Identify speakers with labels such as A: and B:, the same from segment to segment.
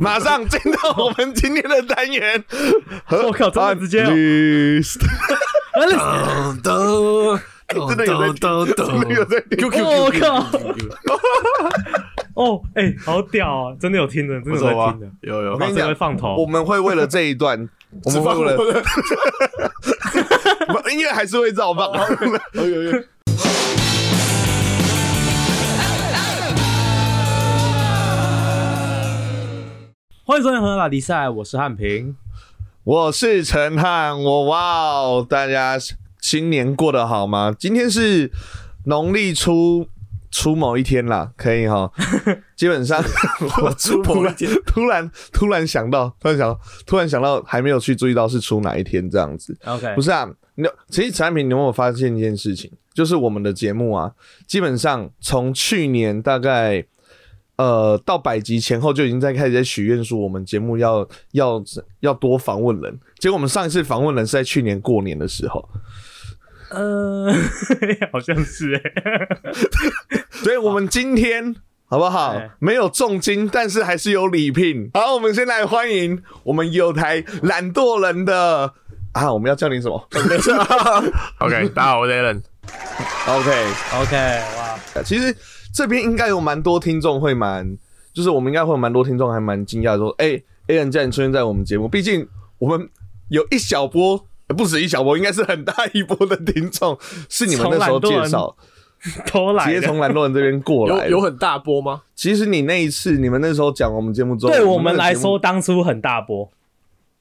A: 马上进到我们今天的单元，
B: 我靠这么直接哦
A: Unleashed
C: 噔噔
A: 真的有在听，真的有在听。
C: Q Q
B: 我
C: Q
B: 靠！ 哦，哎、好屌啊！真的有听的，真的有在听的。
C: 有有
A: 我，跟你
B: 这
A: 讲
B: 会，放头
A: 我们会为了这一 段，我们会为了
C: 了，
A: 不音乐还是会照放。
B: 哦
C: 有有有，
B: 欢迎收听《和拉迪赛》，我是汉平。
A: 我是陈汉，我哇哦，大家新年过得好吗？今天是农历初初某一天啦，可以 哈。基本上 我
C: 出
A: 突
C: 某一
A: 然
C: 天
A: 突然突然想到，突然想到，突然想到还没有去注意到是出哪一天这样子。
B: OK，
A: 不是啊，你有其实产品你有没有发现一件事情，就是我们的节目啊，基本上从去年大概呃到百集前后就已经在开始在许愿说我们节目要 要要多访问人，结果我们上一次访问人是在去年过年的时候，
B: 呃， 好像是哎、
A: 所以我们今天。好不好
B: 哎？
A: 没有重金，但是还是有礼聘。好，我们先来欢迎我们有台懒惰人的啊，我们要叫你什么
C: OK，大家好，我是 Alan，
A: ？OK，
B: OK，哇，
A: 其实这边应该有蛮多听众会蛮，就是我们应该会有蛮多听众还蛮惊讶说，哎、a a n 竟然出现在我们节目，毕竟我们有一小波，呃不止一小波，应该是很大一波的听众，是你们那时候介绍，
B: 偷来
A: 直接
B: 的。
A: 从兰洛人这边过来 的
C: 有有很大波吗？
A: 其实你那一次，你们那时候讲我们节目之后，
B: 对我
A: 你
B: 们
A: 那
B: 来
A: 个节目
B: 说，，当初很大波。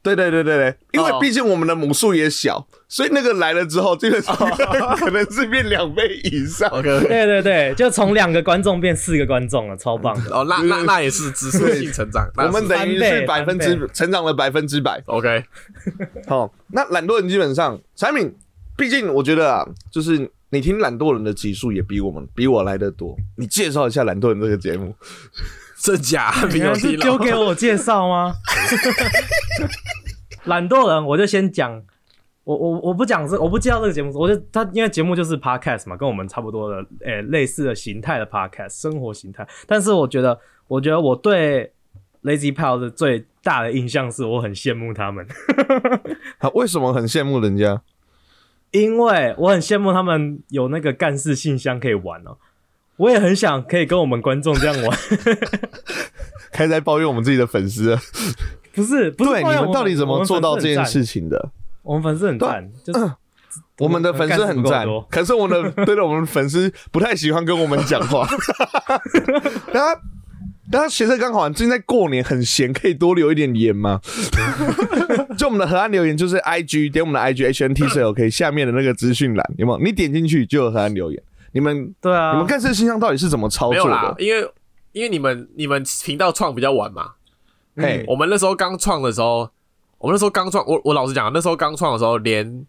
A: 对对对对对，因为
C: 哦
A: 毕竟我们的母数也小，所以那个来了之后，基本上
C: 哦
A: 可能是变两倍以上。
C: OK，
B: 对对对，就从两个观众变四个观众了，超棒的。
C: 哦，那那那也是指数性成 长，那
A: 我
C: 是
A: 们等于
B: 翻
A: 是
B: 倍
A: 百分
B: 翻
A: 之成长了百分之百，
C: OK，
A: 好、那懒惰人基本上产品，毕竟我觉得啊，就是你听懒惰人的集数也比我们比我来的多。你介绍一下懒惰人这个节目，
C: 真假 没
B: 你
C: 有
B: 还
C: 低
B: 是丢
C: 了，
B: 给我介绍吗？懒惰人，我就先讲，我我我不讲这，我不介绍这个节目，我就他因为节目就是 podcast 嘛，跟我们差不多的，诶、类似的形态的 podcast 生活形态。但是我觉得，我觉得我对 Lazy Pal 的最大的印象是，我很羡慕他们，
A: 好，为什么很羡慕人家？
B: 因为我很羡慕他们有那个干事信箱可以玩哦。我也很想可以跟我们观众这样玩，
A: 开始在抱怨我们自己的粉丝了，
B: 不是不是
A: 对，
B: 抱
A: 你
B: 怨我
A: 们到底怎
B: 我
A: 么
B: 们
A: 做到
B: 粉
A: 这
B: 丝很
A: 件
B: 赞
A: 事情的？
B: 我们粉丝很赞，就是
A: 我们的粉丝很赞
B: 干得不够多，
A: 可是我们 的对的，我们粉丝不太喜欢跟我们讲话。 大家，大家学生刚好玩，最近在过年很闲，可以多留一点言 吗？就我们的河岸留言，就是 I G 点我们的 I G H N T C O K 下面的那个资讯栏，有没有？你点进去就有河岸留言。你们、
B: 对啊，
A: 你们干事信箱到底是怎么操
C: 没
A: 作
C: 有啦
A: 的，？
C: 因为因为你们你们频道创比较晚嘛，
B: 嗯
A: 嘿、
C: 我们那时候刚创的时候，我们那时候刚创，我我老实讲，那时候刚创的时候，连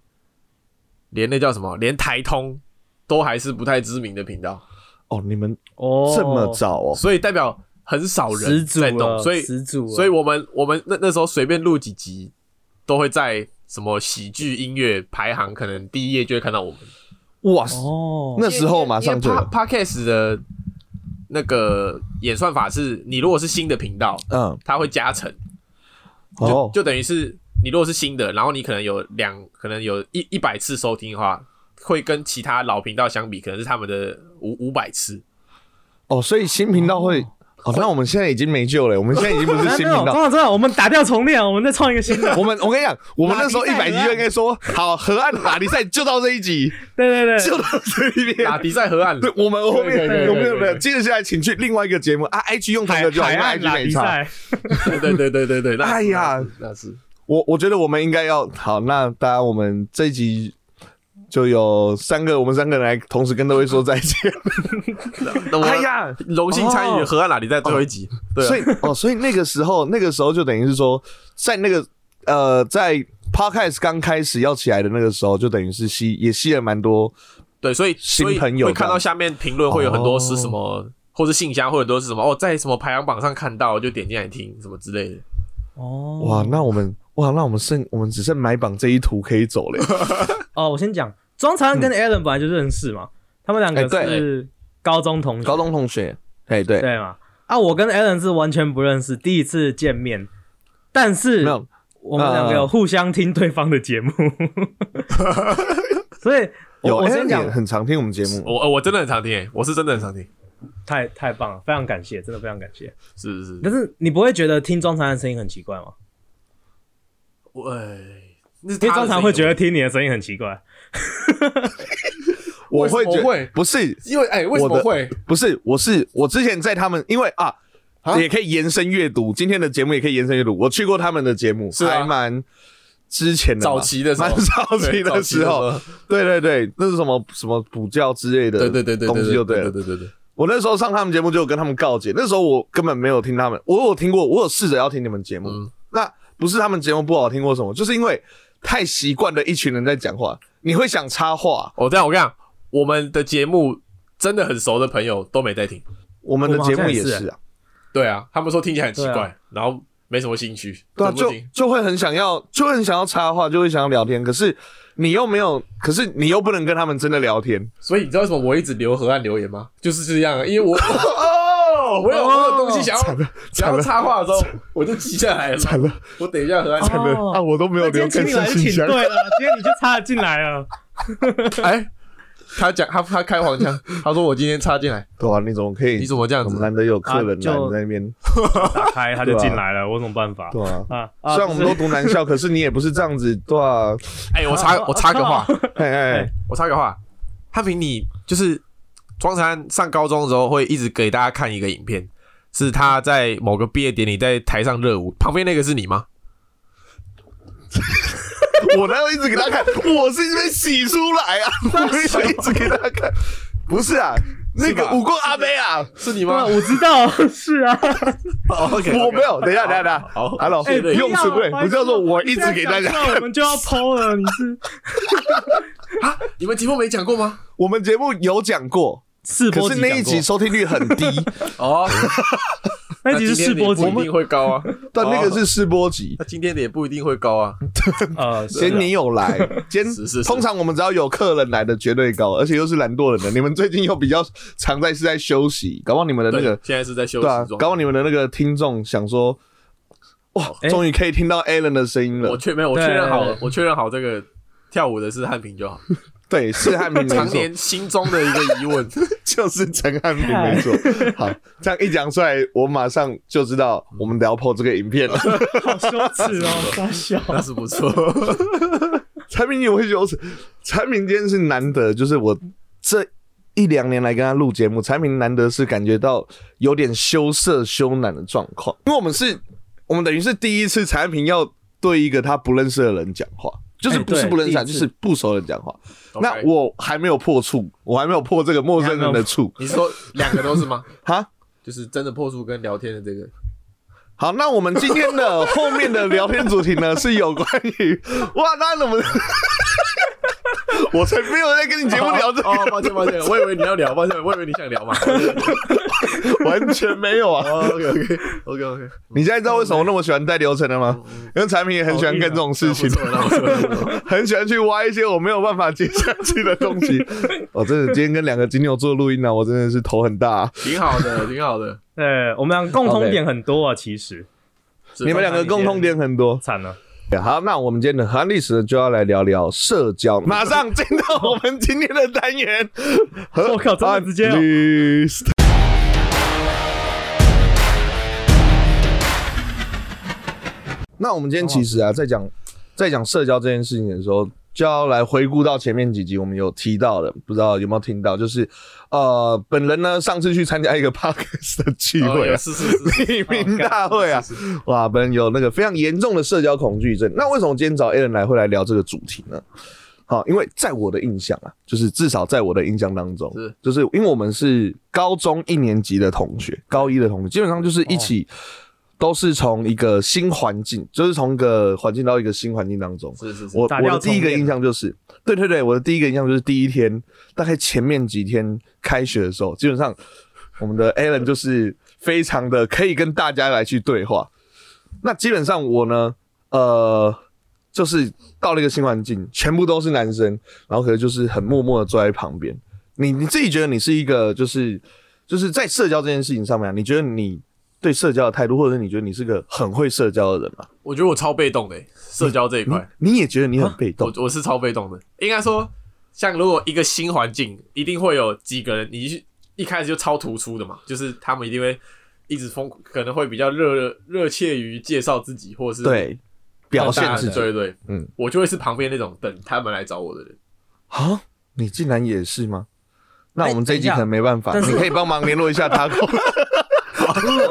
C: 连那叫什么，连台通都还是不太知名的频道，
A: 哦，你们
B: 哦
A: 这么早哦，
C: 所以代表很少
B: 十
C: 人
B: 足
C: 在动，
B: 了，
C: 所以
B: 十足了，
C: 所以我们我们那那时候随便录几集，都会在什么喜剧音乐排行可能第一页就会看到我们。
A: 哇塞，
B: 哦，
A: 那时候马上就有
C: p o d c a s t 的那个演算法是，你如果是新的频道，
A: 嗯，
C: 它会加成。
A: 哦，
C: 就等于是你如果是新的，然后你可能有两，可能有一一百次收听的话，会跟其他老频道相比，可能是他们的五五百次。
A: 哦，所以新频道会。哦，那我们现在已经没救了，我们现在已经不是
B: 没有
A: 新
B: 没有
A: 频道
B: 真，的真的，我们打掉重练，我们再创一 个新的，
A: 我们我跟你讲，我们那时候一
B: 拉
A: 百
B: 迪
A: 集
B: 赛
A: 就应该说，好，河岸拉力赛就到这一集，
B: 对对对，
A: 就到这里
C: 打
A: 面。
C: 迪赛河岸，
A: 对，我们后面
C: 对对对
A: 有没有
C: 对对
A: 没有？
C: 对
A: 接下来请去另外一个节目啊，IG 用同一
B: 海
A: 个就好，
B: 海
A: 因为
B: 岸
A: IG
B: 拉
A: 没
B: 比
A: 差。
B: 赛，
C: 对对对对对对，那
A: 哎呀，
C: 那是
A: 我我觉得我们应该要好，那当然我们这一集就有三个，我们三个人来同时跟各位说再见。
C: 那是那我
A: 哎呀，哦
C: 荣幸参与河岸拉迪赛最后一集，对啊，
A: 所以 哦，所以那个时候，那个时候就等于是说，在那个呃，在 Podcast 刚开始要起来的那个时候，就等于是吸也吸了蛮多
C: 对，所以
A: 新
C: 所以
A: 朋友
C: 会看
A: 这
C: 到
A: 样哦
C: 下面评论会有很多是什么，或者信箱，或者都是什么哦，在什么排行榜上看到就点进来听什么之类的。
B: 哦
A: 哇，那我们哇，那我们剩我们只剩买榜这一图可以走 了耶。
B: 哦，我先讲，庄长安跟 Alan 本来就认识嘛，他们两
A: 嗯哎
B: 个
A: 对
B: 是高中同学，
A: 高中同学，哎，对，
B: 对嘛，啊，我跟 Alan 是完全不认识，第一次见面，但是
A: 没有呃
B: 我们两个有互相听对方 的节目，所以我
A: 有
B: 我
A: Alan
B: 先讲
A: 也，很常听我们节目，
C: 我呃我真的很常听、欸，我是真的很常听，
B: 太太棒了，非常感谢，真的非常感谢。
C: 是是
B: 但
C: 是，
B: 是你不会觉得听庄长的声音很奇怪吗？
C: 我、哎那是
B: 因为
C: 他的
B: 庄长
C: 声音
B: 会觉得听你的声音很奇怪。
A: 我
C: 为什
A: 会
C: 么
A: 觉
C: 会
A: 不是
C: 因为哎、为什
A: 我
C: 么
A: 的
C: 会？
A: 不是，我是我之前在他们，因为啊，
C: 啊
A: 也可以延伸阅读，今天的节目也可以延伸阅读。我去过他们的节目，
C: 是啊
A: 还蛮之前的嘛，
C: 早期的时候
A: 蛮早期
C: 对早
A: 的
C: 期
A: 时
C: 的时
A: 候
C: 候，
A: 对对对，那是什么什么补教之类的，
C: 对对对对对，
A: 东西就
C: 对
A: 了。
C: 对对对，
A: 我那时候上他们节目就有跟他们告解，那时候我根本没有听他们，我有听过，我有试着要听你们节目，
C: 嗯
A: 那不是他们节目不好听或什么，就是因为太习惯了一群人在讲话，你会想插话。
C: 哦我这样我跟你讲，我们的节目真的很熟的朋友都没在听，
A: 我们的
B: 我们好
A: 节
B: 像
A: 目
B: 也
A: 也
B: 是
A: 是啊，
C: 对啊，他们说听起来很奇
B: 对
C: 怪，
B: 啊
C: 然后没什么兴趣，
A: 对啊，
C: 都不
A: 就
C: 听。
A: 就会很想要，就会很想要插话，就会想要聊天。可是你又没有，可是你又不能跟他们真的聊天。
C: 所以你知道为什么我一直留河岸留言吗？就是这样，啊因为我 哦，我有我有东西想要想要插话的时候，我就记下来了。惨
A: 了，
C: 我等一下河岸
B: 哦
A: 啊，我都没有
B: 那今
A: 留
B: 天请
A: 更
B: 你来
A: 新
B: 就
A: 信啊箱。
B: 请对 了，今天你就插了进来了。
C: 哎，他讲他他开黄腔，他说我今天插进来，
A: 对啊，你怎么可以？
C: 你怎么这样
A: 我们
C: 子？
A: 难得有客人
B: 啊
A: 来
B: 就
A: 你在那边，
B: 打开他就进来了，我有什么办法？
A: 对啊。
B: 啊，啊
A: 虽然我们
B: 就
A: 都
B: 是
A: 读男校，可是你也不是这样子，对啊。
C: 哎，我插我插个 话，
A: 哎哎
B: 哎，
C: 我插个话，他比你就是庄长上高中的时候会一直给大家看一个影片，是他在某个毕业典礼在台上热舞，旁边那个是你吗？
A: 我哪有一直给他看？我是被洗出来啊！我没有一直给他看，不是啊，那个
C: 吧
A: 五棍阿妹啊，
C: 是你
B: 对啊，？我知道，是啊，
A: 我没有。等一下，等一下，等一下。
C: 好
A: Hello，
C: 哎不要
A: 用词不对，
B: 要
A: 不是要说我一直给大家
B: 现在讲出来我们就要剖了，你是
C: 啊，你们节目没讲过吗？
A: 我们节目有讲过，
B: 试播
A: 可是
B: 集
A: 那一集
B: 讲过
A: 收听率很低，
C: 哦，
B: 那一集是试播集
C: 那今天的也，不一定会高啊。
A: 但那个
C: 哦
A: 是试播集。
C: 那今天的也不一定会高啊。
B: 呃，是
A: 今天你有来，今天
C: 是是是
A: 通常我们只要有客人来的绝对高，而且又是懒惰人的。你们最近又比较常在是在休息，搞不好你们的那
C: 对，
A: 个
C: 现在是在休
A: 对啊
C: 息，中，
A: 搞不好你们的那个听众想说，哇，
B: 哎
A: 终于可以听到 Alan 的声音
C: 哦我
A: 了。
C: 确没有，我确认好
B: 对
C: 了，我确认好这个跳舞的是汉平就好。
A: 对，是汉平没
C: 常
A: 错，
C: 年心中的一个疑问，
A: 就是陈汉平没错。好，这样一讲出来，我马上就知道
C: 嗯
A: 我们聊破这个影片了。
B: 好羞耻哦，傻笑。
C: 那是不错。
A: 产品也会羞耻。产品今天是难得，就是我这一两年来跟他录节目，产品难得是感觉到有点羞涩羞赧的状况，因为我们是，我们等于是第一次产品要对一个他不认识的人讲话，就是
B: 哎
A: 不是
B: 对
A: 不认识啊，就
B: 第一次
A: 是不熟的人讲话。那
C: OK
A: 我还没有破处，我还没有破这个陌生人的处
C: 你说两个都是吗？
A: 哈。
C: 就是真的破处跟聊天的这个，
A: 好，那我们今天的后面的聊天主题呢，是有关于 哇，那我们我才没有在跟你节目聊这个
C: 哦，抱歉抱歉，我以为你要聊，抱歉，我以为你想聊嘛。哦
A: 完全没有啊！
C: OK OK OK OK，
A: 你现在知道为什么我那么喜欢带流程了
C: 哦
A: 吗？因为产品也很喜欢干这种事情， 很喜欢去挖一些我没有办法接下去的东西。我真的今天跟两个金牛座录音呢、我真的是头很大啊、
C: 挺好的，挺好的。
B: 对，我们俩共通点很多啊，其实
A: 你们两个共通点很多。
B: 惨 了，
A: 好，那我们今天的韩历史呢，就要来聊聊社交。马上进到我们今天的单元，
B: 我靠这么直接哦
A: 和历史那我们今天其实啊，在讲在讲社交这件事情的时候，就要来回顾到前面几集我们有提到的，不知道有没有听到？就是呃，本人呢上次去参加一个 podcast 的聚
C: 哦
A: 会啊，
C: 是是是，
A: 匿名 大会啊
C: 是，
A: 哇，本人有那个非常严重的社交恐惧症。那为什么今天找 Alan 来会来聊这个主题呢？好，因为在我的印象啊，就是至少在我的印象当中，
C: 是
A: 就是因为我们是高中一年级的同学，高一的同学，基本上就是一起都是从一个新环境，就是从一个环境到一个新环境当中。
C: 是是是，
A: 我
B: 打
A: 我
B: 掉
A: 的第一
B: 重
A: 个
B: 练
A: 印
B: 了
A: 象就是，对对对，我的第一个印象就是第一天，大概前面几天开学的时候，基本上我们的 Alan 就是非常的可以跟大家来去对话。那基本上我呢，呃，就是到了一个新环境，全部都是男生，然后可能就是很默默的坐在旁边。你你自己觉得你是一个就是就是在社交这件事情上面啊，你觉得你对社交的态度，或者是你觉得你是个很会社交的人吗？
C: 我觉得我超被动的、社交这一块，
A: 你也觉得你很被动
B: 啊
C: 我，我是超被动的。应该说，像如果一个新环境，一定会有几个人，你一开始就超突出的嘛，就是他们一定会一直疯，可能会比较热热切于介绍自己，或者是
A: 对，表现自
C: 是
A: 己
C: 对对，
A: 嗯
C: 嗯，我就会是旁边那种等他们来找我的人。
A: 啊，你竟然也是吗？那
B: 哎
A: 我们这一集
B: 等一下
A: 可能没办法，
B: 但
A: 你
B: 是
A: 可以帮忙联络一下他。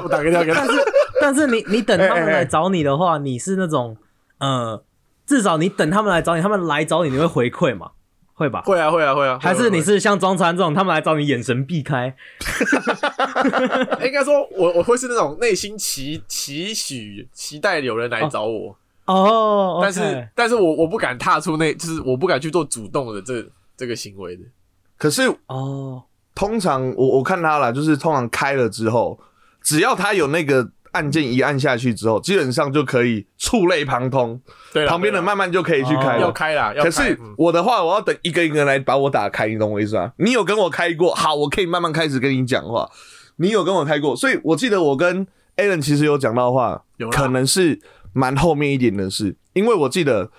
C: 我打个电话给 他，
B: 但是你你等他
A: 哎
B: 们
A: 哎哎
B: 来找你的话，你是那种呃，至少你等他们来找你，他们来找你，你会回馈嘛？会吧？
C: 会啊会啊会啊，
B: 还是你
C: 会啊
B: 是像庄川这种，他们来找你眼神避开，
C: 会啊应该说我我会是那种内心期期许期待有人来找我，
B: 哦，
C: 但是
B: OK
C: 但是我我不敢踏出那，就是我不敢去做主动的这这个行为的。
A: 可是
B: 哦，
A: 通常我我看他啦，就是通常开了之后，只要他有那个按键一按下去之后，基本上就可以触类旁通，
C: 对啦，
A: 旁边的
C: 对啦
A: 慢慢就可以去哦开
C: 要
A: 了。
C: 开啦，要
A: 可
C: 开
A: 是
C: 嗯
A: 我的话，我要等一个一个来把我打开，你懂我意思吗？你有跟我开过，好，我可以慢慢开始跟你讲话。你有跟我开过，所以我记得我跟 Alan 其实有讲到话，
C: 有啦
A: 可能是蛮后面一点的事，因为我记得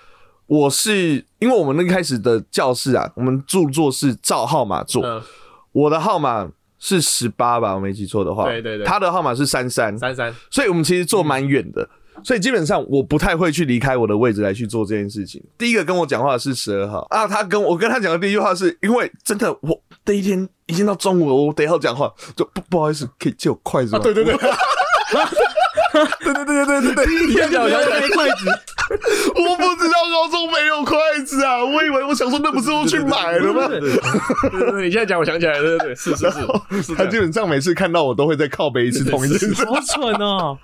A: 我是因为我们那开始的教室啊，我们著作是照号码做，
C: 嗯
A: 我的号码是十八吧，我没记错的话，
C: 对对对
A: 他的号码是三三，
C: 三三
A: 所以我们其实坐蛮远的，
C: 嗯
A: 所以基本上我不太会去离开我的位置来去做这件事情。第一个跟我讲话的是十二号啊，他跟我跟他讲的第一句话是因为真的我那一天已经到中午了，我得要讲话，就不不好意思，可以借我筷子吗？
C: 啊对对，对对对对对对，第一天
B: 有
C: 好像
B: 人没筷子，
A: 我不知道高中没有筷子啊，我以为我想说那不是我去买了 吗？
C: 对对对，你现在讲我想起来了，对对对，是是是是这
A: 他
C: 样
A: 基本上每次看到我都会再靠背一次同一件事。
B: 好蠢哦，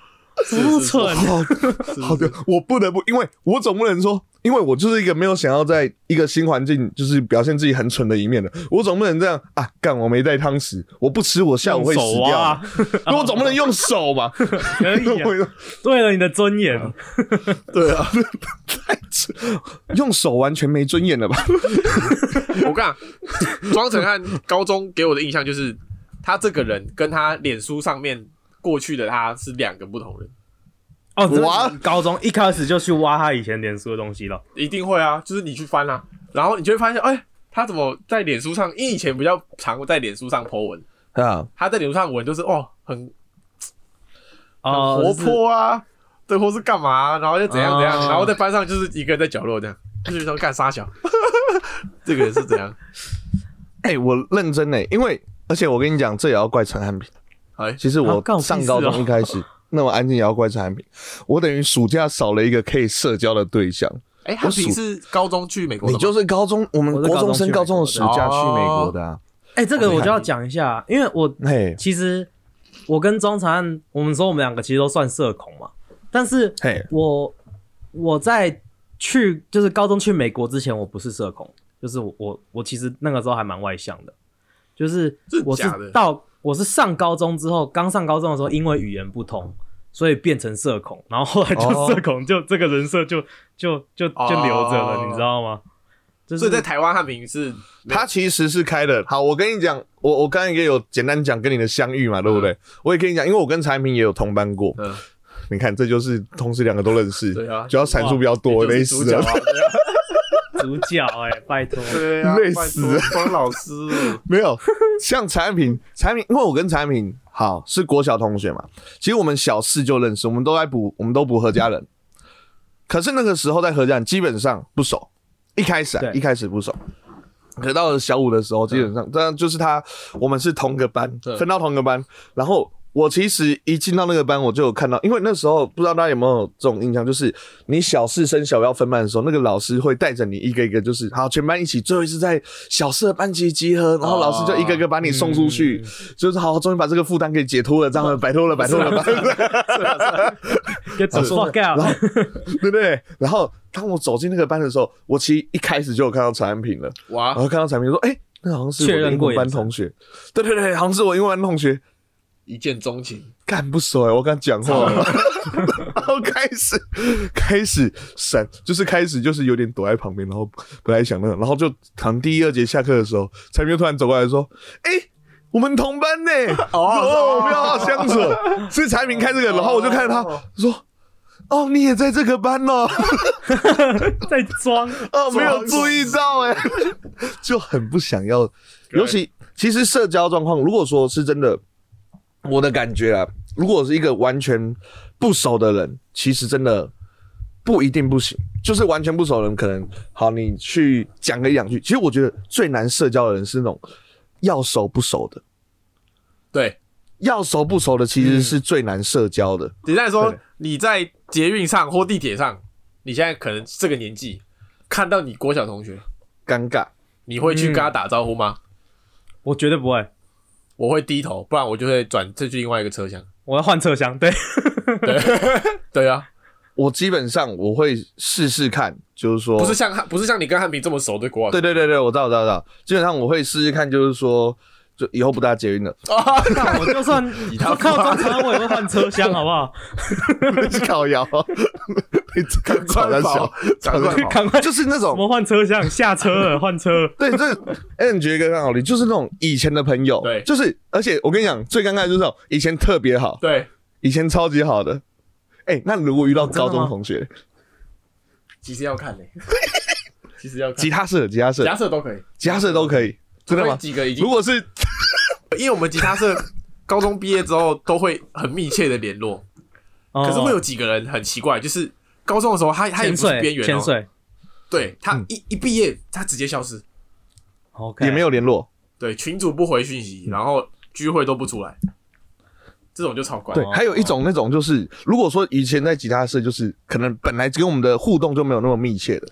B: 怎么那么蠢？
A: 好的，我不得不，因为我总不能说，因为我就是一个没有想要在一个新环境就是表现自己很蠢的一面的，我总不能这样啊！干，我没带汤匙，我不吃，我下午会死
B: 用手
A: 掉
B: 啊
A: 啊。因为我总不能用手嘛，
B: 可以啊， 为了你的尊严，
A: 对啊， 太蠢用手完全没尊严了吧？
C: 我跟你讲，庄成汉高中给我的印象就是，他这个人跟他脸书上面过去的他是两个不同人，
B: 哦，真的
A: 哇
B: 高中一开始就去挖他以前脸书的东西了，
C: 一定会啊，就是你去翻啦、然后你就会发现，哎、他怎么在脸书上？因为以前比较常在脸书上 po 文，
A: 啊，
C: 他在脸书上文就是哦，很
B: 哦，
C: 很活泼啊，对，或是干嘛啊、然后又怎样怎样，
B: 哦
C: 然后在班上就是一个人在角落这样，就是说干傻小， 这个人是怎样？
A: 哎、我认真哎、因为而且我跟你讲，这也要怪陈汉平。
C: 哎，
A: 其实
B: 啊
A: 我
B: 干我屁
A: 上高
B: 事哦
A: 中一开始。那么安静也要怪陈汉平，我等于暑假少了一个可以社交的对象。
C: 哎、他平是高高中去美国的
A: 你
C: 吗，
A: 就是高中，我们
B: 我是
A: 国中升高
B: 高
A: 中
B: 中
A: 的暑
B: 去
C: 美国
A: 假
C: 的啊
A: 去美
C: 哦
A: 国的啊。
B: 哎、这个我就要讲一下，因为我
A: 嘿，
B: 其实我跟庄长汉，我们说我们两个其实都算社恐嘛，但是
A: 嘿，
B: 我我在去就是高中去美国之前，我不是社恐，就是我我我其实那个时候还蛮外向的，就是
C: 真的
B: 我是
C: 假的
B: 到我是上高中之后，刚上高中的时候，因为语言不通。所以变成社恐，然后后来就
A: 哦
B: 社恐，就这个人设就就就就留着了，
C: 哦
B: 你知道吗？就是
C: 所以在台湾汉平是
A: 他其实是开的。好，我跟你讲，我我刚刚也有简单讲跟你的相遇嘛，对不对？我也跟你讲，因为我跟产品也有同班过。
C: 嗯
A: 你看，这就是同时两个都认识，
C: 对啊
A: 就要阐述比较多，
C: 就
A: 累
C: 是
A: 死
C: 主角
A: 了。
C: 啊，对啊
B: 主角哎、拜 托，
C: 对 啊，
A: 累死了
C: 拜托庄老师，
A: 没有，像产品，产品，因为我跟产品好是国小同学嘛，其实我们小四就认识，我们都在补，我们都补何家人。可是那个时候在何家人基本上不熟，一开始啊
B: 对，
A: 一开始不熟。可到了小五的时候，基本上这样就是他，我们是同个班，
C: 对
A: 分到同个班。然后我其实一进到那个班，我就有看到，因为那时候不知道大家有没有这种印象，就是你小四升小幺分班的时候，那个老师会带着你一个一个，就是好，全班一起，最后一次在小四的班级集合，然后老师就一个一个把你送出去，
B: 嗯
A: 就是好，终于把这个负担给解脱了，这样摆脱了，摆脱
B: 啊
A: 了，摆脱了。
B: get the
A: 是
B: fuck
A: 然后
B: out！
A: 对不对？然后当我走进那个班的时候，我其实一开始就有看到陈安平了，
C: 哇
A: 然，后看到陈安平说：“哎、那好像是
B: 啊确
A: 我的
B: 认
A: 英
B: 过
A: 文班
B: 眼神
A: 同学。”对对对，好像是我英文班同学。
C: 一见钟情，
A: 干不熟哎、我跟他讲话了， 然后开始开始闪，就是开始就是有点躲在旁边，然后不太想那个，然后就可能第一二节下课的时候，才明就突然走过来说：“哎、我们同班呢、
C: 哦
A: 哦，我们要好好相处。所以柴明开这个，然后我就看着他
C: 哦
A: 说：“哦，你也在这个班哦，
B: 在装，
A: 哦，没有注意到哎、 就很不想要。
C: 对
A: 尤其其实社交状况，如果说是真的，我的感觉啊，如果是一个完全不熟的人，其实真的不一定不行。就是完全不熟的人，可能好，你去讲个一两句。其实我觉得最难社交的人是那种要熟不熟的。
C: 对，
A: 要熟不熟的，其实是最难社交的。
C: 简单来说
A: 对，
C: 你在捷运上或地铁上，你现在可能这个年纪看到你国小同学，
A: 尴尬，
C: 你会去
A: 嗯
C: 跟他打招呼吗？
B: 我绝对不会，
C: 我会低头，不然我就会转这去另外一个车厢。
B: 我要换车厢。 对，
C: 对啊，
A: 我基本上我会试试看，就是说
C: 不是像汉，不是像你跟汉平这么熟的国小。
A: 对对对对，我知道我知道我知道，基本上我会试试看，就是说，就以后不搭捷运了，
C: 啊，
B: 看我就算我靠中车，我也会换车厢，好不好？
A: 是烤 窑，你这个
C: 快
A: 吵得小
C: 跑，赶快跑
B: 赶快，
A: 就是那
B: 我
A: 种
B: 们换车厢，下车了，换 车。
A: 对，这 a n 觉得刚好理，就是那种以前的朋友，
C: 对
A: 就是而且我跟你讲，最尴尬的就是那种以前特别好，
C: 对，
A: 以前超级好的。哎、那如果遇到
B: 哦真的
A: 高中
B: 吗
A: 同学，
C: 其实要 看呢，其实要看
A: 吉，他社、吉他社
C: 假、设都可以，
A: 吉他社都可以，真的
C: 会
A: 吗？
C: 几个已经
A: 如果是
C: 因为我们吉他 社高中毕业之后都会很密切的联络，可
B: 可
C: 是会有几个人很奇怪，就是高中的时候他他也
B: 潜
C: 不是
B: 水，
C: 边缘
B: 潜
C: 哦，
B: 水
C: 对他
A: 嗯
C: 一一毕业他直接消失，
B: ，OK，
A: 也没有联络，
C: 对群主不回讯息，然后聚会都不出来，这种就超怪。
A: 对
B: 哦，
A: 还有一种那种就是，如果说以前在吉他社，就是可能本来跟我们的互动就没有那么密切的，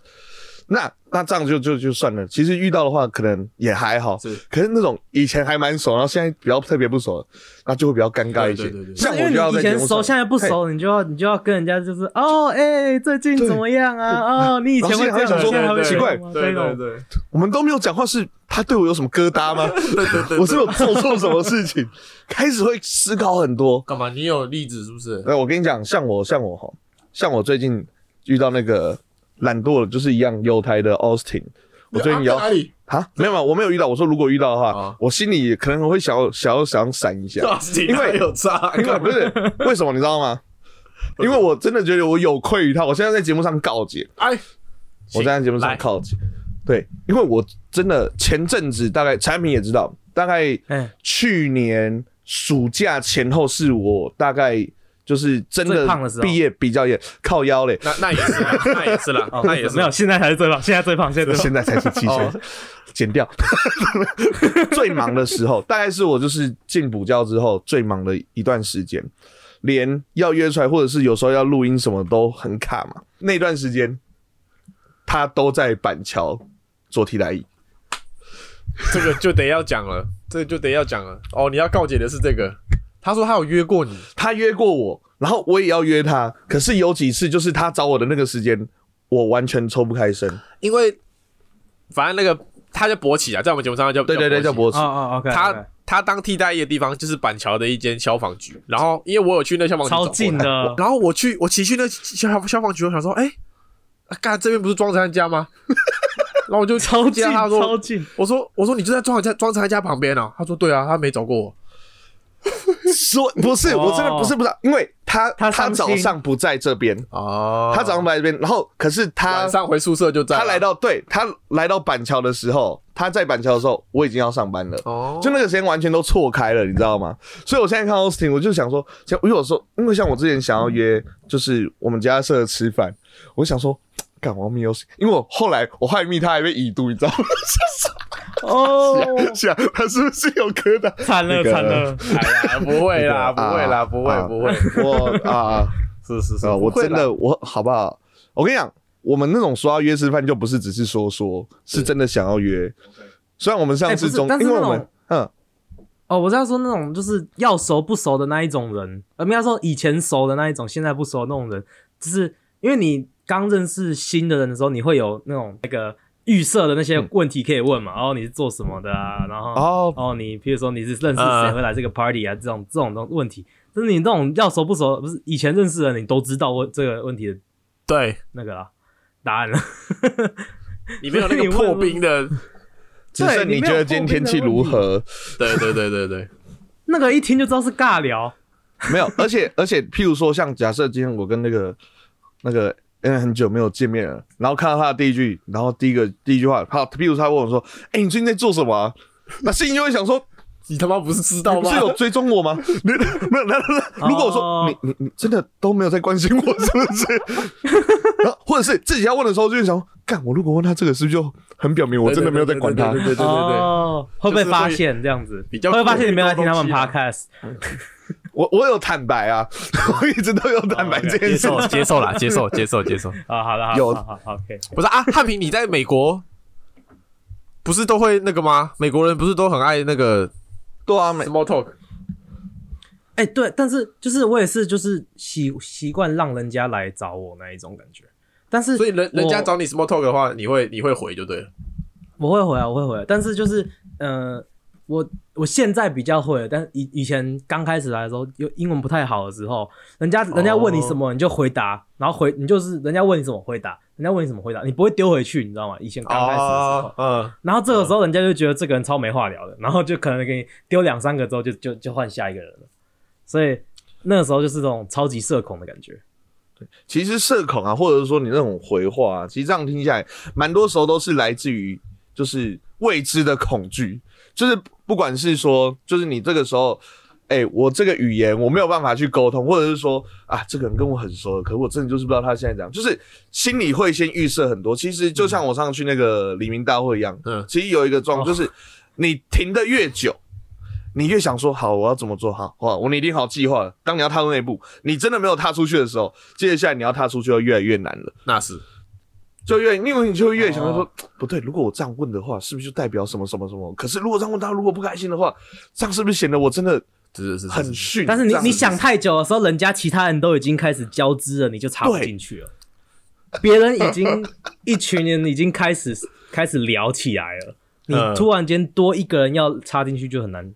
A: 那那这样就就就算了。其实遇到的话，可能也还好。
C: 是
A: 可是那种以前还蛮熟，然后现在比较特别不熟，那就会比较尴尬一些。
C: 对对对对
A: 像
B: 因
A: 我
B: 为
A: 就要
B: 你
A: 在
B: 以
A: 节
B: 前
A: 目
B: 熟，
A: 上，
B: 现在不熟，你就要你就要跟人家就是哦，哎，最近
A: 对
B: 怎么样啊？哦，你以前会这样，
A: 老师
B: 现
C: 对
A: 还
B: 在还
A: 想
B: 会
C: 对
A: 奇怪
B: 这样吗
C: 对
B: 这种
C: 对对
A: 我们都没有讲话，是他对我有什么疙瘩吗？
C: 对对对，
A: 我是有做错什么事 情？开始会思考很多。
C: 干嘛？你有例子是不是？
A: 哎那我跟你讲，像我像我哈，像我最近遇到那个懒惰的，就是一样犹太的 Austin，我最近也要
C: 啊在哪 里？
A: 啊，没有没有，我没有遇到。我说如果遇到的话，
C: 哦
A: 我心里可能会想要想要想要闪一下， 因
C: 啊因
A: 为
C: 为有差，
A: 因 为不是为什么你知道吗？因为我真的觉得我有愧于他，我现在在节目上告解，
C: 哎，
A: 我现在在节目上
C: 来
A: 告解，对，因为我真的前阵子大概产品也知道，大概
B: 哎，
A: 去年暑假前后是我大概就是真的
B: 最胖的时候
A: 毕业比较严靠腰嘞，
C: 那那也是 啦，那也是啦
B: 哦，
C: 那也是
B: 没有，现在才是最胖，现在最胖，现在最胖
A: 现在才是七千
C: 哦，
A: 减掉。 最忙的时候，大概是我就是进补教之后最忙的一段时间，连要约出来，或者是有时候要录音什么都很卡嘛。那段时间，他都在板桥做替代役。
C: 这个就得要讲了，这个就得要讲了。哦，你要告解的是这个，他说他有约过你，
A: 他约过我，然后我也要约他，可是有几次就是他找我的那个时间，我完全抽不开身。
C: 因为反正那个他叫博起啊，在我们节目上他叫
A: 对对对，叫脖
C: 博
B: 哦
A: 子。
B: 哦，OK，
C: 起。他他当替代役的地方就是板桥的一间消防局，然后因为我有去那消防局
B: 超
C: 找过
B: 近
C: 他，
B: 的，
C: 然后我去我骑去那消消防局，我想说，哎、啊干、这边不是庄子汉家吗？ 然后我就
B: 超近，
C: 接他说
B: 超近，
C: 我说我说你就在庄子汉家庄子汉家旁边哦、他说对啊，他没找过我，
A: 说不是，我真的不是不知道，因为他
B: 他
A: 他
B: 伤
A: 早
B: 心
A: 上不在这边，
C: 哦
A: 他早上不在这边，然后可是他
C: 晚上回宿舍就在了，
A: 他来到对他来到板桥的时候，他在板桥的时候，我已经要上班了，
C: 哦，
A: 就那个时间完全都错开了，你知道吗？所以我现在看 Austin，我就想说，像因为我说，因为像我之前想要约，就是我们家社吃饭，我想说。干我要密 Austin，因为我后来我害密他还被已读，你知道吗？
B: 哦，
A: 想他是不是有疙瘩？
B: 惨了
A: 那个
B: 惨了，
C: 哎呀，不会啦，不
A: 那个
C: 会啦，
A: 啊
C: 不会
A: 啊
C: 不会，
A: 我 啊，
C: 是是是，
A: 啊，我
C: 不会
A: 真
C: 啦
A: 的我好不好？我跟你讲，我们那种说要约吃饭，就不是只是说说，是真的想要约。虽然我们上
B: 哎
A: 次
B: 不是
A: 中，
B: 但是
A: 因为
B: 那
A: 我
B: 种
A: 们嗯，
B: 哦，我是要说那种就是要熟不熟的那一种人，呃，没有说以前熟的那一种，现在不熟的那种人，就是因为你刚认识新的人的时候，你会有那种那个预设的那
C: 嗯
B: 些问题可以问嘛，然后、你是做什么的啊，然后
A: 哦，
B: 哦，你比如说你是认识谁
C: 呃
B: 会来这个 party 啊，这种这种东问题，就是你那种要熟不熟，不是以前认识的人你都知道问这个问题的啊
C: 对
B: 那个啦答案了，
C: 你没有那个破冰的
A: 只剩你觉得今天天气如何？
C: 对对对对对，
B: 那个一听就知道是尬聊。
A: 没有，而且而且，譬如说，像假设今天我跟那个那个，因为很久没有见面了，然后看到他的第一句，然后第一个第一句话，他譬如他问我说：“哎、你最近在做什么啊、那心里就会想说：“
C: 你他妈不是知
A: 你
C: 道
A: 不
C: 吗
A: 是？有追踪我吗？ 你没有，那那如果我说
B: 哦
A: 你你你真的都没有在关心我，是不是？ 然后或者是自己要问的时候，就会想说，干我如果问他这个，是不是就很表明我真的没有在管他
C: 对？对对对对对对
B: 哦，会被发现这样子？
C: 比较
B: 会不会发现你没有在听他们
C: 故意弄
B: podcast？
A: 我我有坦白啊， 我一直都有坦白这件
C: 接
A: 事。
C: 受接受啦，接 受接受接受。
B: 啊，好了，好了
A: 有
B: 好好好，OK。
C: 不是啊，汉平，你在美国不是都会那个吗？美国人不是都很爱那个
A: 对啊，没
C: small talk？
B: 哎、对，但是就是我也是就是习习惯让人家来找我那一种感觉，但是
C: 所以人人家
B: 我
C: 找你 small talk 的话，你会你会回就对了。
B: 我会回来，啊我会回来，但是就是呃，我我现在比较会了，但以以前刚开始来的时候，有英文不太好的时候，人家
C: 哦
B: 人家问你什么你就回答，然后回你就是人家问你什么回答，人家问你什么回答，你不会丢回去，你知道吗？以前刚开始的时候。
C: 哦，嗯，
B: 然后这个时候人家就觉得这个人超没话
A: 嗯
B: 聊的，然后就可能给你丢两三个之后就就就换下一个人了，所以那个时候就是这种超级社恐的感觉。
A: 其实社恐啊，或者是说你那种回话、啊，其实这样听下来，蛮多时候都是来自于就是未知的恐惧，就是不管是说，就是你这个时候，哎、我这个语言我没有办法去沟通，或者是说啊，这个人跟我很熟，可我真的就是不知道他现在怎样，就是心里会先预设很多。其实就像我上去那个黎明大会一样，
C: 嗯
A: 其实有一个
B: 哦
A: 状况就是，你停的越久。你越想说好，我要怎么做好？哇，我拟定好计划了。当你要踏入那一步，你真的没有踏出去的时候，接下来你要踏出去就越来越难了，
C: 那是
A: 就越因为你就会越想说、
B: 哦
A: 不对，如果我这样问的话，是不是就代表什么什么什么？可是如果这样问他，如果不开心的话，这样是不是显得我真的
C: 是是是
A: 很
C: 是是，
A: 逊？
B: 但是你
A: 这样子
B: 你想太久的时候，人家其他人都已经开始交织了，你就插不
A: 对
B: 进去了。别人已经一群人已经开始开始聊起来了，你
C: 嗯
B: 突然间多一个人要插进去就很难。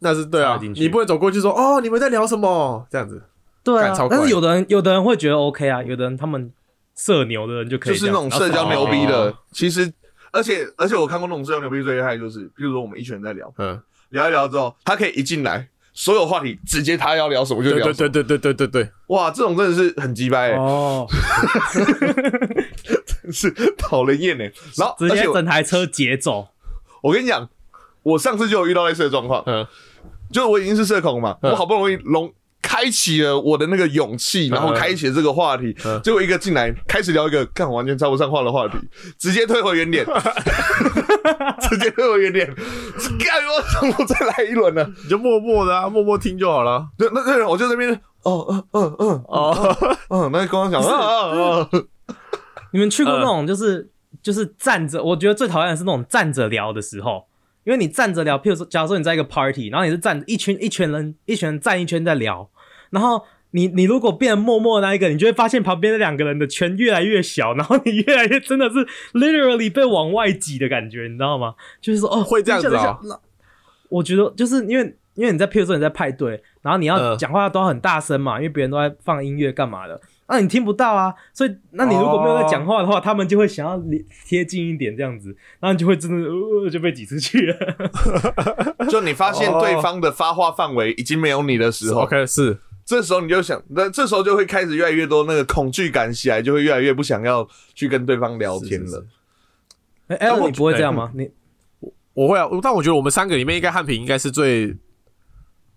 C: 那是对啊
B: 插，进去
C: 你不能走过去说哦，你们在聊什么这样子。
B: 对
C: 干
B: 啊
C: 超，怪
B: 但是有的人有的人会觉得 OK 啊，有的人他们社牛的人就可以
A: 就是那种社交
B: 啊
C: 然
A: 牛
C: 后
A: 逼
C: 哦
A: 的，其实而且而且我看过那种社交牛逼最厉害的就是，譬如说我们一群人在聊
C: 嗯，
A: 聊一聊之后，他可以一进来。所有话题直接他要聊什么就
C: 对
A: 聊
C: 对
A: 什么，
C: 对对对对对对，
A: 哇，这种真的是很鸡掰、欸，
B: 哦，
A: 是讨人厌哎。然后
B: 直
A: 而
B: 接
A: 且我
B: 整台车劫走。
A: 我跟你讲，我上次就有遇到类似的状况，
C: 嗯，
A: 就是我已经是社恐嘛，
C: 嗯
A: 我好不容易龙开启了我的那个勇气，然后开启了这个话题，
C: 嗯
A: 结果一个进来开始聊一个干完全插不上话的话题，直接退回原 点，直接退回原点，干我怎么再来一轮呢？
C: 你就默默的啊，默默听就好了。
A: 那那那我就在那边哦嗯嗯嗯
C: 哦，
A: 嗯，那刚刚 讲啊啊啊，
B: 你们去过
C: 呃
B: 那种就是、就是站着，我觉得最讨厌的是那种站着聊的时候，因为你站着聊，譬如说，假如说你在一个 party，然后你是站一群一群人一群人站一圈在聊，然后你你如果变得默默的那一个，你就会发现旁边的两个人的圈越来越小，然后你越来越真的是 literally 被往外挤的感觉，你知道吗？就是说哦，
C: 会这样子啊
B: 等一下。等一下那我觉得就是因为因为你在譬如说你在派对，然后你要
C: 呃
A: 嗯
B: 讲话都要很大声嘛，因为别人都在放音乐干嘛的，那你听不到啊，所以那你如果没有在讲话的话，他们就会想要离贴近一点这样子，然后你就会真的、呃、就被挤出去了。
A: 哦 就你发现对方的发话范围已经没有你的
B: 哦
A: 时候
C: OK，是
A: 这时候你就想，那这时候就会开始越来越多那个恐惧感起来，就会越来越不想要去跟对方聊天了。
C: 是是是
B: 哎、欸，
A: 我
B: 你不会这样吗？你
C: 我会啊，但我觉得我们三个里面，应该汉平应该是最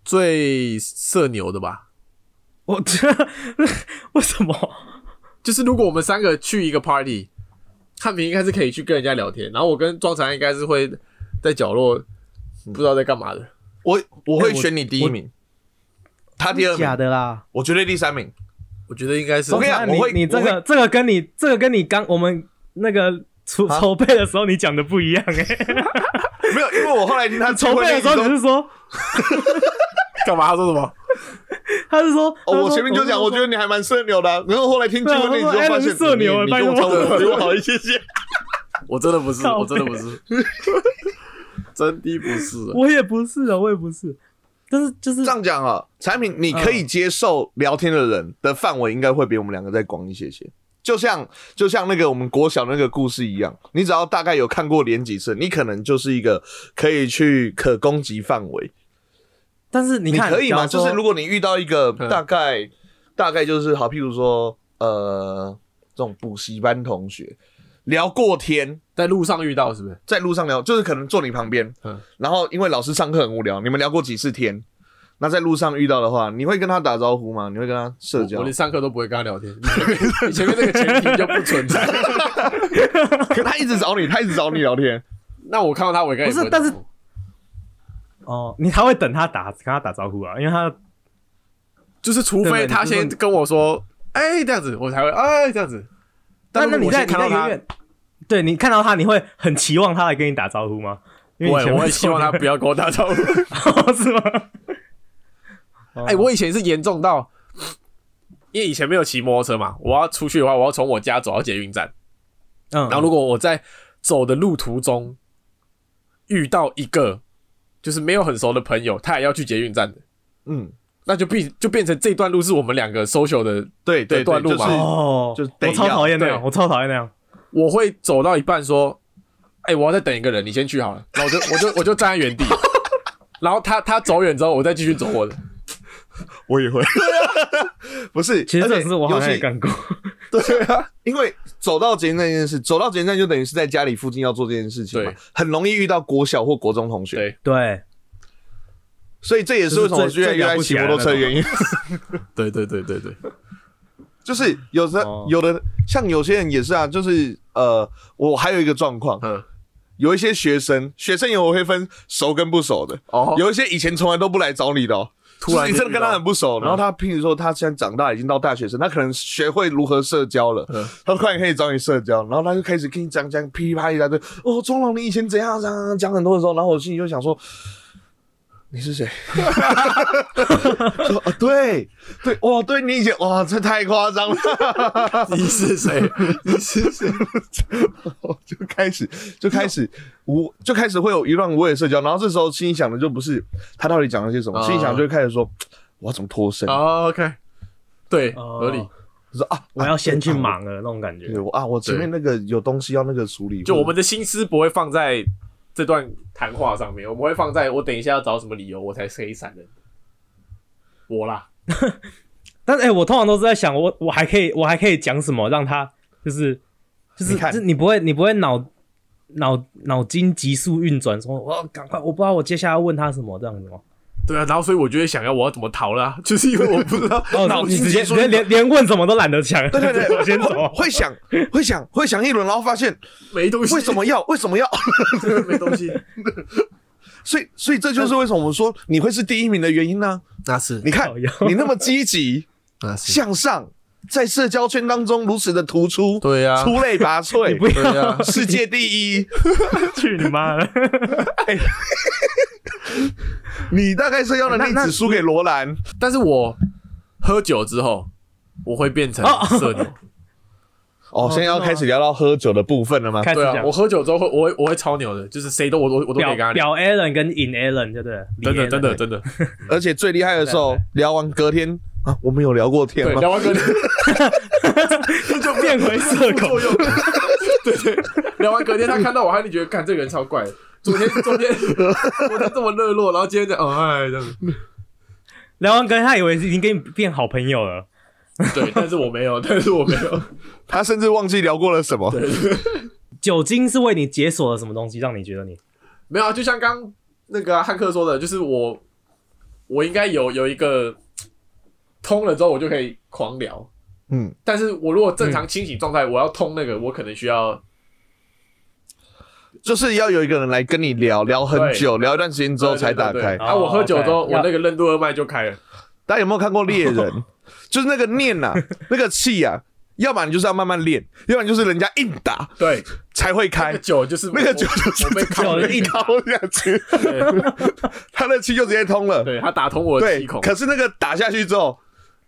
C: 最社牛的吧。
B: 我 为什么？
C: 就是如果我们三个去一个 party，汉平应该是可以去跟人家聊天，然后我跟庄长应该是会在角落不知道在干嘛的。
A: 我我
B: 哎
A: 会
B: 我
A: 选你第一
B: 我
A: 名，他第二
B: 假
A: 名，
B: 的啦！
A: 我绝对第三名。
C: 我觉得应该是
A: 我跟你讲
B: 你
A: 会
B: 你这
A: 我
B: 个这个跟你这个跟你刚我们 那个筹
A: 啊
B: 筹备的时候你讲的不一样哎、
A: 没有，因为我后来听他
B: 筹备的时 候你
A: 就是
B: 说
C: 干嘛？他说什么？
B: 他是说
A: 哦，我前面就讲，我觉
B: 得
A: 得你还蛮社牛的啊、然后后来听结
B: 对啊
A: 婚你
B: 我
A: 就
B: 说
A: 发
B: Alan
A: 现
B: 是社牛啊
A: 你你
B: 拜
A: 跟我
B: 托
A: 差不多，比我好一些些。
C: 我真的不是，
B: 靠
C: 我真的不是，真的不是。
B: 我也不是啊，我也不是，但是就是
A: 这样讲啊，产品你可以接受聊天的人的范围应该会比我们两个再广一些些。就像就像那个我们国小那个故事一样，你只要大概有看过连几次，你可能就是一个可以去可攻击范围。
B: 但是你
A: 你
B: 看，
A: 可以吗？
B: 假说
A: 就是如果你遇到一个
C: 嗯
A: 大概大概就是好，譬如说呃这种补习班同学聊过天，
C: 在路上遇到是不是？
A: 在路上聊，就是可能坐你旁边，
C: 嗯
A: 然后因为老师上课很无聊，你们聊过几次天？那在路上遇到的话，你会跟他打招呼吗？你会跟他社
C: 我
A: 交
C: 我？连上课都不会跟他聊天，你前面你前面 那个前提就不存在。
A: 可他一直找你，他一直找你聊天，
C: 那我看到他，我应该也
B: 不是
C: 会
B: 但是
C: 走
B: 哦，你还会等他打跟他打招呼啊，因为他
C: 就是除非
B: 对对
C: 他
B: 你
C: 先
B: 就说
C: 跟我说，哎，这样子，我才会哎这样子。
B: 那
C: 但
B: 那
C: 如果
B: 你
C: 我
B: 在
C: 先
B: 你
C: 看
B: 在
C: 到
B: 远
C: 他，
B: 远，对你看到他，你会很期望他来跟你打招呼吗？因为
C: 我
B: 以前
C: 也我
B: 会
C: 也希望他不要跟我打招呼。
B: 是吗？
C: 哎，我以前是严重到，因为以前没有骑摩托车嘛，我要出去的话，我要从我家走到捷运站，
B: 嗯，
C: 然后如果我在走的路途中遇到一个就是没有很熟的朋友，他也要去捷运站的，
A: 嗯，
C: 那就变就变成这段路是我们两个 social 的
A: 对对
C: 对段
A: 对，
C: 路
A: 就是
C: 嘛
B: 哦，
A: 就是得
B: 我超
A: 要
B: 讨厌那样，
C: 对
B: 我超讨厌那样。
C: 我会走到一半说：“哎、我要再等一个人，你先去好了。”然后我就我就我就站在原地，然后他他走远之后，我再继续走我的。
A: 我也会，不是，
B: 其实这种事我好
A: 而
B: 像
A: 且
B: 也
A: 尤其
B: 干过，
C: 对啊，
A: 因为走到捷运站这件事，走到捷运站就等于是在家里附近要做这件事情嘛
C: 对，
A: 很容易遇到国小或国中同学，
C: 对
B: 对，
A: 所以这也是为什么我越来越爱骑摩托车的原因。
C: 对对对对对，
A: 就是有时
B: 哦
A: 有的像有些人也是啊，就是呃，我还有一个状况，
C: 嗯，
A: 有一些学生，学生有会分熟跟不熟的，
C: 哦，
A: 有一些以前从来都不来找你的哦。
C: 突然
A: 就是你真的
C: 就遇
A: 跟他
C: 到嗯
A: 很不熟，然后他譬如说他现在长大已经到大学生，他可能学会如何社交了，
C: 嗯
A: 他突然可以找你社交，然后他就开始跟你讲讲噼里啪啦一大堆，哦，钟龙你以前怎样怎样怎样讲很多的时候，然后我心里就想说，你是谁？ 说啊，对对，哇，对你以前哇，这太夸张了，
C: 你是谁？你是谁？
A: 就开始就开始无就开始会有一段无谓的社交，然后这时候心里想的就不是他到底讲了些什么，
B: 啊
C: 哦
A: 心里想就会开始说我要怎么脱身，
C: 哦，OK，对，
B: 哦
C: 合理。
A: 我说啊，
B: 我要先去
A: 啊我
B: 忙了那种感觉
A: 对。我啊，我前面那个有东西要那个处理，
C: 就我
A: 或
C: 们的心思不会放在这段谈话上面，我们会放在我等一下要找什么理由我才可以闪人。我啦，
B: 但是哎、我通常都是在想，我我还可以，我还可以讲什么让他就是就是
A: 你看
B: 就是你不会你不会脑脑脑筋急速运转，说我要
A: 哦
B: 赶快，我不知道我接下来要问他什么这样子吗？
C: 对啊，然后所以我就会想要我要怎么逃啦、就是因为我不知道脑
B: 哦，你
C: 筋
B: 直
C: 急
B: 接
C: 速
B: 连连连问什么都懒得想，
A: 对对对，
B: 我先走。哦
A: 会想会想会想一轮，然后发现
C: 没东西，
A: 为什么要为什么要，
C: 么没东西？
A: 所以所以这就是为什么我们说你会是第一名的原因呢、
C: 那是
A: 你看
B: 靠腰
A: 你那么积 极
C: 那是
A: 向上，在社交圈当中如此的突出，
C: 对呀
A: 出类拔
B: 啊 你不
A: 萃，
C: 对啊
B: 要
A: 世界第一，
B: 去你妈的！
A: 你大概社交能
B: 哎
A: 力
B: 那那
A: 只输给罗兰，
C: 但是我喝酒之后，我会变成
B: 哦
C: 社牛。
A: 哦，现在要开始聊到喝酒的部分了吗？
B: 开始
C: 对啊，
B: 讲
C: 我喝酒之后会，我会我会超牛的，就是谁都我我我都可以
B: 表
C: 跟他聊。
B: 表 Alan 跟 In Alan 对不对？
C: 真的
B: Lee Allen
C: 真的真的，
A: 而且最厉害的时候，聊完隔天啊，我们有聊过天
C: 对，
A: 吗？
C: 聊完隔天，
B: 就变回社恐。
C: 对对，聊完隔天他看到我，他就觉得，看这个人超怪的。昨天昨天 昨天这么热络，然后今天这样，哦哎这样子。
B: 聊完跟他以为已经跟你变好朋友了，
C: 对，但是我没有， 但是我没有。
A: 他甚至忘记聊过了什么。
B: 酒精是为你解锁了什么东西，让你觉得你
C: 没有啊，就像刚那个啊汉克说的，就是我我应该有有一个通了之后，我就可以狂聊。
A: 嗯，
C: 但是我如果正常清醒状态，我要通那个，我可能需要
A: 就是要有一个人来跟你聊聊很久，聊一段时间之后才打
C: 对对
A: 开。
C: 对对啊，我喝酒之
B: 哦
C: 后，
B: ，OK，
C: 我那个任督二脉就开了。
A: 大家有没有看过猎 人？就是那个念呐、那个气啊，要么你就是要慢慢练，要不然就是人家硬打
C: 对，
A: 才会
C: 那
A: 开
C: 个。 酒就是
A: 那个酒
C: 我
A: 就是
C: 我被
B: 酒
C: 靠
B: 的硬
A: 掏下去，
C: 对
A: 他的气就直接通了。
C: 对他打通我的
A: 对
C: 气，孔，
A: 可是那个打下去之后，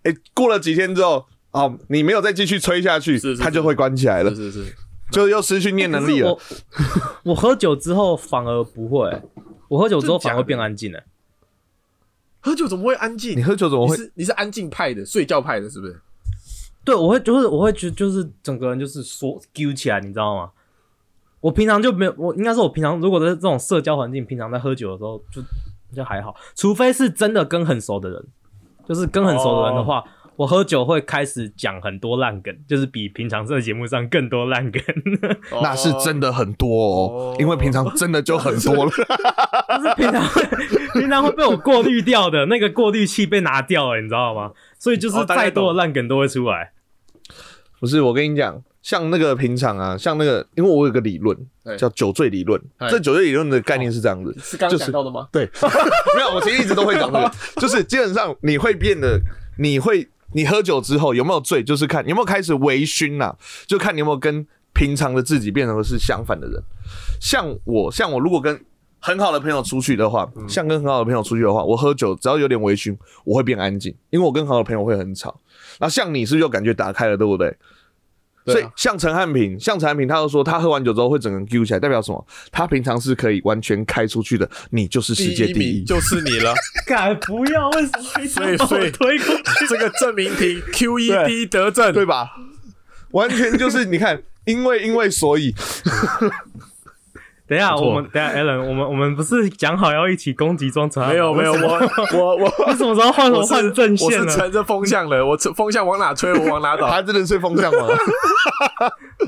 A: 哎、过了几天之后，哦，你没有再继续吹下去，
C: 是是
A: 他就会关起来了，
C: 是是是，
A: 就又失去念能力了。
B: 可是我我喝酒之后反而不会、我喝酒之后反而变安静了、
C: 喝酒怎么会安静？
A: 你喝酒怎么
C: 你
A: 会？
C: 是你是安静派的，睡觉派的，是不是？
B: 对，我会就是我会觉得就是整个人就是缩揪起来，你知道吗？我平常就没有，我应该说，我平常如果在这种社交环境，平常在喝酒的时候就就还好，除非是真的跟很熟的人，就是跟很熟的人的
A: 哦
B: 话，我喝酒会开始讲很多烂梗，就是比平常在节目上更多烂梗，
A: 那是真的很多哦
C: 哦，
A: 因为平常真的就很 多了。
B: 就是 平常会平常会被我过滤掉的那个过滤器被拿掉了，你知道吗？所以就是
C: 哦大概
B: 再多的
C: 懂
B: 烂梗都会出来。
A: 不是，我跟你讲，像那个平常啊，像那个，因为我有个理论
C: 哎
A: 叫酒醉理论。
C: 哎哦
A: 这酒醉理论的概念是这样子，
C: 是刚
A: 就
C: 刚
A: 是
C: 讲到的吗？
A: 对， 没有，我其实一直都会讲这个， 就是基本上你会变得，你会你喝酒之后有没有醉，就是看有没有开始微醺啦、就看你有没有跟平常的自己变成是相反的人。像我，像我如果跟很好的朋友出去的话，
C: 嗯
A: 像跟很好的朋友出去的话，我喝酒只要有点微醺，我会变安静，因为我跟很好的朋友会很吵。然后像你是不是就感觉打开了，对不对？
C: 对
A: 所
C: 啊
A: 以像陈汉平，像陈汉平，他就说他喝完酒之后会整个人 Q 起来，代表什么？他平常是可以完全开出去的，你就是世界第
C: 第一
A: 一
C: 名。就是 你了，
B: 敢不要？为什么一直把
C: 所
B: 我
C: 以
B: 推过去？
C: 这个证明 题 Q E D 得证，
A: 对吧？完全就是你 看，因为因为所以，
B: 等一下，
C: 不错
B: 我们等一下，Allen，我们我们不是讲好要一起攻击庄成？啊
C: 没有没有，啊我 我我
B: 你什么时候换
C: 我
B: 成
C: 是
B: 换阵
C: 我
B: 线
C: 是
B: 了？
C: 乘着风向的，我风向往哪吹我往
B: 啊
C: 哪 倒。
A: 他真的是风向 王。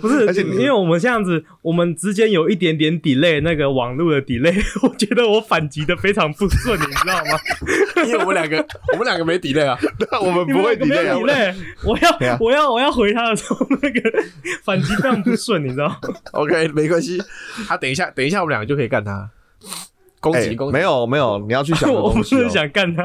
B: 不是，
A: 而且你
B: 因为我们这样子，我们之间有一点点 delay，那个网络的 delay，我觉得我反击的非常不顺，你知道吗？
C: 因为我们两个我们两个没 delay 啊，
A: 我们
B: 你
A: 不会
B: 们两
A: delay 啊
B: 个没有 delay，我
A: 对啊
B: 要我要我要回他的时候，那个反击非常不顺，你知道吗？
C: OK，没关系。他等一下，等一下，我们两个就可以干他。攻
A: 哎
C: 击攻击，
A: 没有没有，你要去想的
B: 我我
A: 东
B: 不
A: 西哦、
B: 是想干他，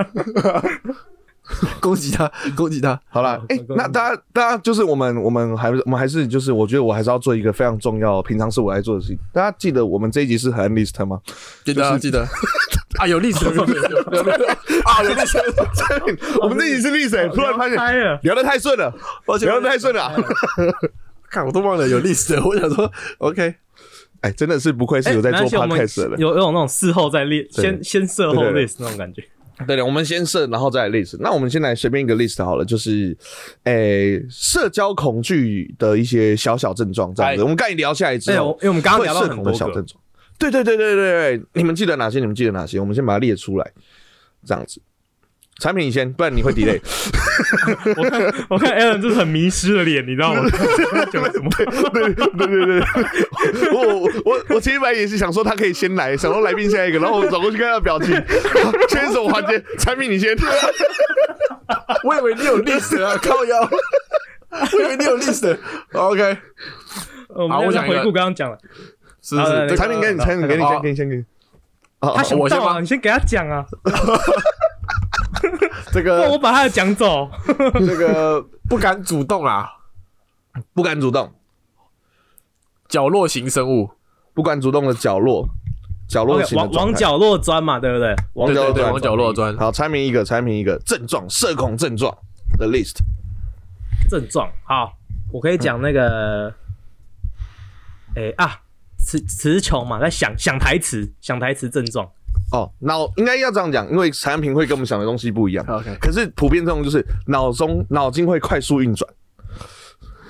C: 攻击他，攻击他。
A: 好了，哎、那大家大家就是我们我们还是我们还是就是，我觉得我还是要做一个非常重要，平常是我来做的事情。大家记得我们这一集是很 list 吗？
C: 记得啊记得 啊，有历史 的啊，有历史的。
A: 我们这一集是 list，、欸、突然发现
B: 开了。
A: 聊得太顺了，
C: 抱歉
A: 聊得太顺了啊、
B: 哎
C: 看我都忘了有历史的，我想说 OK，
A: 哎、真的是不愧是
B: 哎
A: 有在做
B: 没关系我们
A: podcast 的人。
B: 有有种那种事后再列，
A: 对
B: 先先事后
A: 对对
B: list 那种感觉。
A: 对对，我们先设，然后再来 list。那我们先来随便一个 list 好了，就是，诶、社交恐惧的一些小小症状这样子。
C: 哎
A: 我们刚才聊下来之
B: 对，我
A: 后，
B: 因为我们刚刚
A: 会
B: 聊到
A: 社
B: 很
A: 恐
B: 多
A: 的小
B: 个
A: 症，状。对对对对对对，你们记得哪些？你们记得哪些？我们先把它列出来，这样子。产品你先，不然你会 delay。
B: 我看我看 Alan 就是很迷失的脸，你知 道吗？他讲什么？
A: 对对对对，我我我我其实本来也是想说他可以先来，想说来宾下一个，然后我转过去看他的表情，先是什么环节？产品你先。
C: 我以为你有历史啊，靠腰，我以为你有历史的，OK，
B: 呃我
C: 好
B: 们
C: 我
B: 再
C: 讲一
B: 回
C: 个
B: 顾刚刚讲了，
C: 是
B: 好来
C: 是
B: 来
C: 对，
A: 产品给你，产品给你，先给你，先给你。
B: 他想不
C: 我先
B: 到啊，
C: 吗
B: 你先给他讲啊，
C: 这
A: 呃
B: 不然我
C: 个
B: 把他的讲走。
C: 这个不敢主动啊，
A: 不敢主动，
C: 角落型生物，
A: 不管主动的角落，角落
B: OK，
A: 型的
B: 往往
A: 状态，
B: 角落钻嘛，对不对？
A: 往角
C: 对对对
A: 落
C: 往角落钻
A: 好，产品一个，产品一个症状，社恐症状的 list。
B: 症状好，我可以讲那
A: 嗯
B: 个，哎啊，词词穷嘛，在想想台词，想台词症状。
A: 哦，脑应该要这样讲，因为产品会跟我们想的东西不一样。
C: OK
A: 可是普遍这种就是脑中脑筋会快速运转。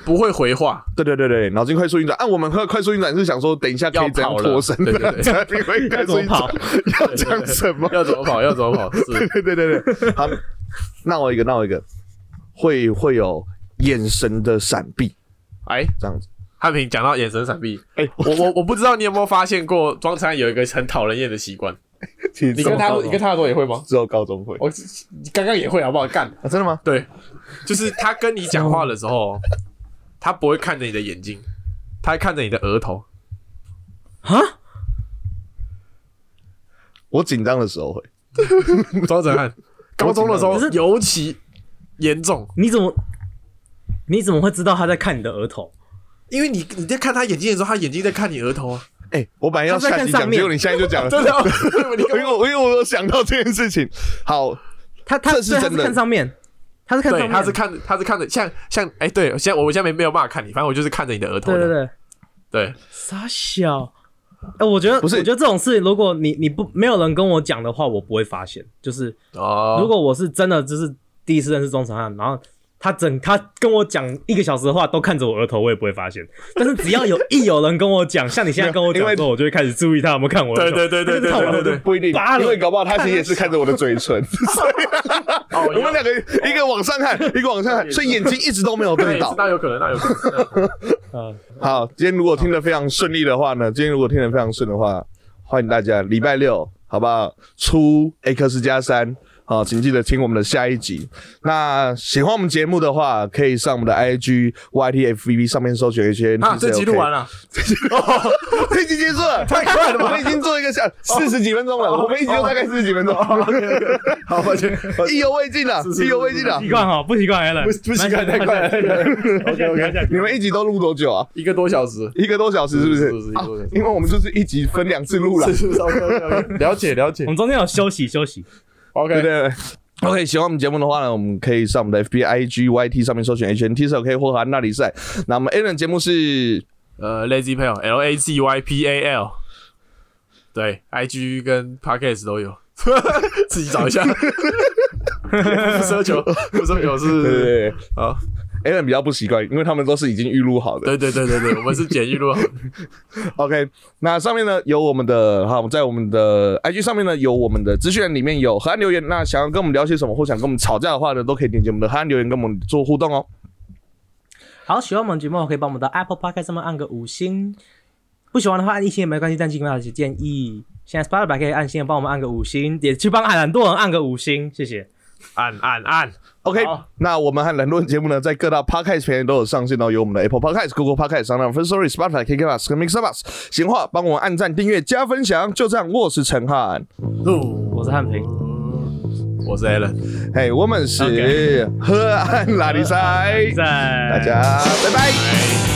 C: 不会回话，
A: 对对对对，脑筋快速运转啊！我们喝快速运转是想说，等一下可
C: 要
A: 以怎样
C: 跑了
A: 脱身
C: 对对 对
A: 产品会快速运转
B: 要怎，
A: 要讲什么？
C: 要怎么跑，要怎么跑，是
A: 对对对对对，好，那我一个，那我一个，会会有眼神的闪避
C: 哎。
A: 这样子。
C: 汉平讲到眼神闪避，
A: 哎、
C: 我我我不知道你有没有发现过，庄灿有一个很讨人厌的习惯。
A: 其实
C: 你跟他，你跟他说也会吗？
A: 只有高中会
C: 我你刚刚也会好不好？干，
A: 哦啊？真的吗？
C: 对，就是他跟你讲话的时候，他不会看着你的眼睛，他会看着你的额头。
B: 啊，
A: 我紧张的时候会，
C: 庄哲汉， 高中的时候尤其严重，
B: 你怎么你怎么会知道他在看你的额头？
C: 因为你你在看他眼睛的时候，他眼睛在看你额 头啊。
A: 哎、我本来要
B: 他在
A: 下
B: 看
A: 集
B: 上
A: 讲，
B: 面
A: 结果你现在就讲了，
C: 真的啊，你
A: 因为我因为我有想到这件事情。好，
B: 他他
A: 这是
B: 对他
A: 真的
B: 看上面，他是看上
C: 对，
B: 面，
C: 他是看他是看着像像哎，对，现在我现在没没有办法看你，反正我就是看着你的额头
B: 对对
C: 的。
B: 对，
C: 对，
B: 傻小。哎、我觉得
A: 不是
B: 我觉得这种事，如果你你不没有人跟我讲的话，我不会发现。就是
C: 哦，
B: 如果我是真的就是第一次认识钟成汉，然后他整他跟我讲一个小时的话，都看着我额头，我也不会发现。 但是只要有一有人跟我讲，像你现在跟我
A: 没有因
B: 讲
A: 为
B: 之后，我就会开始注意他有没有看我的
C: 对
B: 头。
C: 对对对对
B: 他就看我
C: 对
B: 的
C: 对
B: 头
C: 对，
A: 不一定
B: 扒，了
A: 因为搞不好他其实也是看着我的嘴 唇， 所以
C: 哦，
A: 我们两个一个往上看，一个往 上看，所以眼睛一直都没有对到。
C: 那有可能，那有可能。
B: 嗯，
A: 好，今天如果听得非常顺利的话呢，今天如果听得非常顺的话，欢迎大家礼拜六好不好？出 X 加三。好，请记得听我们的下一集。那喜欢我们节目的话，可以上我们的 IG YTFVB 上面搜寻 H N
C: 啊，这集录完
A: 了，
C: 了，
A: 这集结束了， 太快了吧！我们已经做一个小 四十几分钟 了，我哦们一集就大概四十几分 钟，
C: 好，抱歉，
A: 意犹未尽了，意犹未尽啊 了
B: 习。惯哈，不习惯 a l
C: 不不习
A: 啊
C: 惯太快了。OK OK，
A: 你们一集都录多久啊？
C: 一个多小 时，
A: 一个多小时是不
C: 是是是一
A: 是？
C: 个
A: 啊
C: 多小时
A: 因为我们就是一集分两次录了
C: 是。是是，OK OK，了解了解
B: 我们中间有休息休息。
A: 对对
C: ，OK，
A: 对。OK，喜欢我们节目的话呢，我们可以上我们的 FB、IG、YT 上面搜寻 HNT 是 OK 或韩那里赛。那我们 a l n 节目是
C: 呃，Lazy Pal L A Z Y P A L，对，IG 跟 Podcast 都有， 自己找一下。 奢求，不奢求是
A: 对
C: 好，
A: a l n 呃比较不习惯，因为他们都是已经预录好的。
C: 对对对对对，我们是简易录好的，
A: OK，那上面呢有我们的，好，在我们的 IG 上面呢有我们的资讯栏里面有河岸留言。那想要跟我们聊些什么，或想跟我们吵架的话呢，都可以点击我们的河岸留言跟我们做互动哦。
B: 好，喜欢我们节目，可以帮我们到 Apple Podcast 上面按个五星。不喜欢的话按一星也没关系，但请给我们一些建议。现在 Spotify 可以按星，帮我们按个五星，也去帮很多人按个五星，谢谢。
C: 按按按，
A: OK，
C: 好
A: 那我们和兰论节目呢，在各大 Podcast 平台都有上线哦，有我们的 Apple Podcast、Google Podcast、s o u n d First Story、Spotify、KK Bus 跟 Mixer Bus。闲话，帮我们按赞、订阅、加分享，就这样。我是陈汉，
B: 我是汉平，
C: 我是 Alan。
A: 嘿、我们是河岸拉力赛，
B: 在
A: 大家拜拜。
C: Bye.